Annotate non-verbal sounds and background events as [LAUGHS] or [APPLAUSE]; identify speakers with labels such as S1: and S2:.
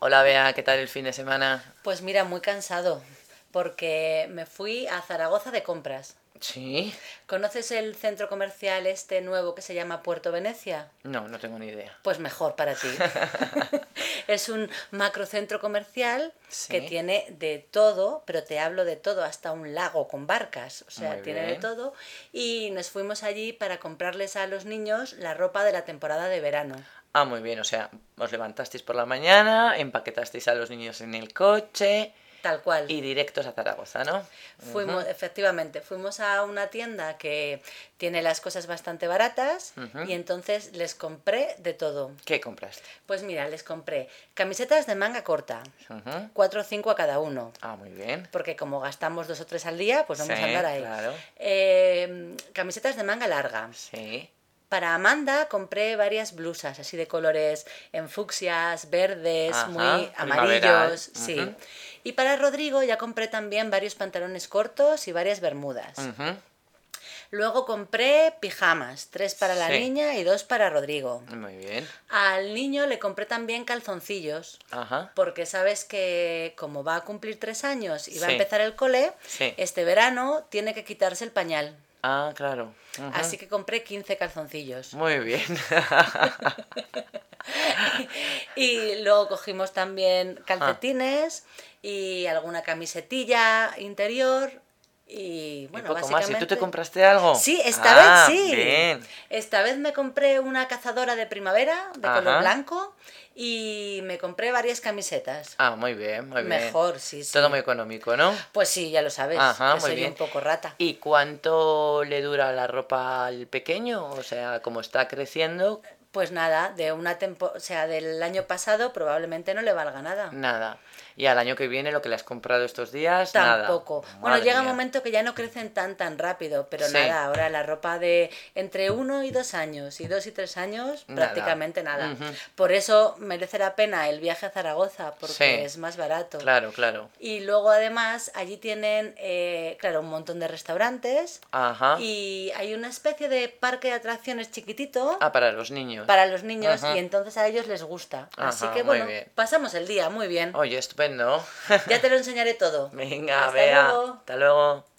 S1: Hola Bea, ¿qué tal el fin de semana?
S2: Pues mira, muy cansado, porque me fui a Zaragoza de compras.
S1: Sí.
S2: ¿Conoces el centro comercial este nuevo que se llama Puerto Venecia?
S1: No, no tengo ni idea.
S2: Pues mejor
S1: [LAUGHS]
S2: para ti. [LAUGHS] es un macrocentro comercial
S1: Sí.
S2: que tiene de todo, pero te hablo de todo, hasta un lago con barcas, o sea,
S1: Muy
S2: tiene de
S1: bien.
S2: todo. Y nos fuimos allí para comprarles a los niños la ropa de la temporada de verano.
S1: Ah, muy bien, o sea, os levantasteis por la mañana, empaquetasteis a los niños en el coche
S2: Tal cual.
S1: y directos a Zaragoza, ¿no?
S2: Fuimos, efectivamente, fuimos a una tienda que tiene las cosas bastante baratas
S1: Ujú.
S2: y entonces les compré de todo.
S1: ¿Qué compraste?
S2: Pues mira, les compré camisetas de manga corta,
S1: Ujú.
S2: cuatro o cinco a cada uno,
S1: Ah, muy bien.
S2: porque como gastamos dos o tres al día, pues vamos
S1: Sí,
S2: a andar ahí.
S1: claro.
S2: Eh, camisetas de manga larga.
S1: Sí.
S2: Para Amanda compré varias blusas, así de colores en fucsias, verdes,
S1: Ajá,
S2: muy
S1: primaveral,
S2: amarillos, sí.
S1: ujú.
S2: Y para Rodrigo ya compré también varios pantalones cortos y varias bermudas.
S1: Ujú.
S2: Luego compré pijamas, tres para la
S1: Sí.
S2: niña y dos para Rodrigo.
S1: Muy bien.
S2: Al niño le compré también calzoncillos,
S1: Ajá.
S2: porque sabes que como va a cumplir tres años y va a
S1: Sí.
S2: empezar el cole,
S1: Sí.
S2: este verano tiene que quitarse el pañal.
S1: Ah, claro. Ujú.
S2: Así que compré 15 calzoncillos.
S1: Muy bien. [LAUGHS]
S2: Y luego cogimos también calcetines
S1: Ah.
S2: y alguna camisetilla interior y bueno,
S1: y poco más. ¿Y tú te
S2: básicamente-
S1: compraste algo?
S2: Sí, esta
S1: Ah,
S2: vez sí.
S1: Bien.
S2: Esta vez me compré una cazadora de primavera de
S1: Ajá.
S2: color blanco y me compré varias camisetas.
S1: Ah, muy bien, muy bien.
S2: Mejor, sí, sí.
S1: Todo muy económico, ¿no?
S2: Pues sí, ya lo sabes,
S1: Ajá,
S2: que
S1: muy
S2: soy
S1: bien.
S2: un poco rata.
S1: ¿Y cuánto le dura la ropa al pequeño? O sea, como está creciendo,
S2: Pues nada, de una tempo, o sea, del año pasado probablemente no le valga nada.
S1: nada. Y al año que viene, lo que le has comprado estos días, nada.
S2: Tampoco. Bueno,
S1: Madre
S2: llega un
S1: mía.
S2: momento que ya no crecen tan tan rápido, pero
S1: Sí.
S2: nada, ahora la ropa de entre uno y dos años y dos y tres años,
S1: Nada.
S2: prácticamente nada.
S1: Ujú.
S2: Por eso merece la pena el viaje a Zaragoza, porque
S1: Sí.
S2: es más barato.
S1: Claro, claro.
S2: Y luego además allí tienen, eh, claro, un montón de restaurantes
S1: Ajá.
S2: y hay una especie de parque de atracciones chiquitito
S1: Ah, para los niños.
S2: para los niños
S1: Ajá.
S2: y entonces a ellos les gusta. Así
S1: Ajá,
S2: que
S1: muy
S2: bueno,
S1: bien. [LAUGHS]
S2: pasamos el día muy bien.
S1: Oye, estupendo.
S2: Ya te lo enseñaré todo.
S1: Venga,
S2: Hasta
S1: vea.
S2: luego.
S1: Hasta luego.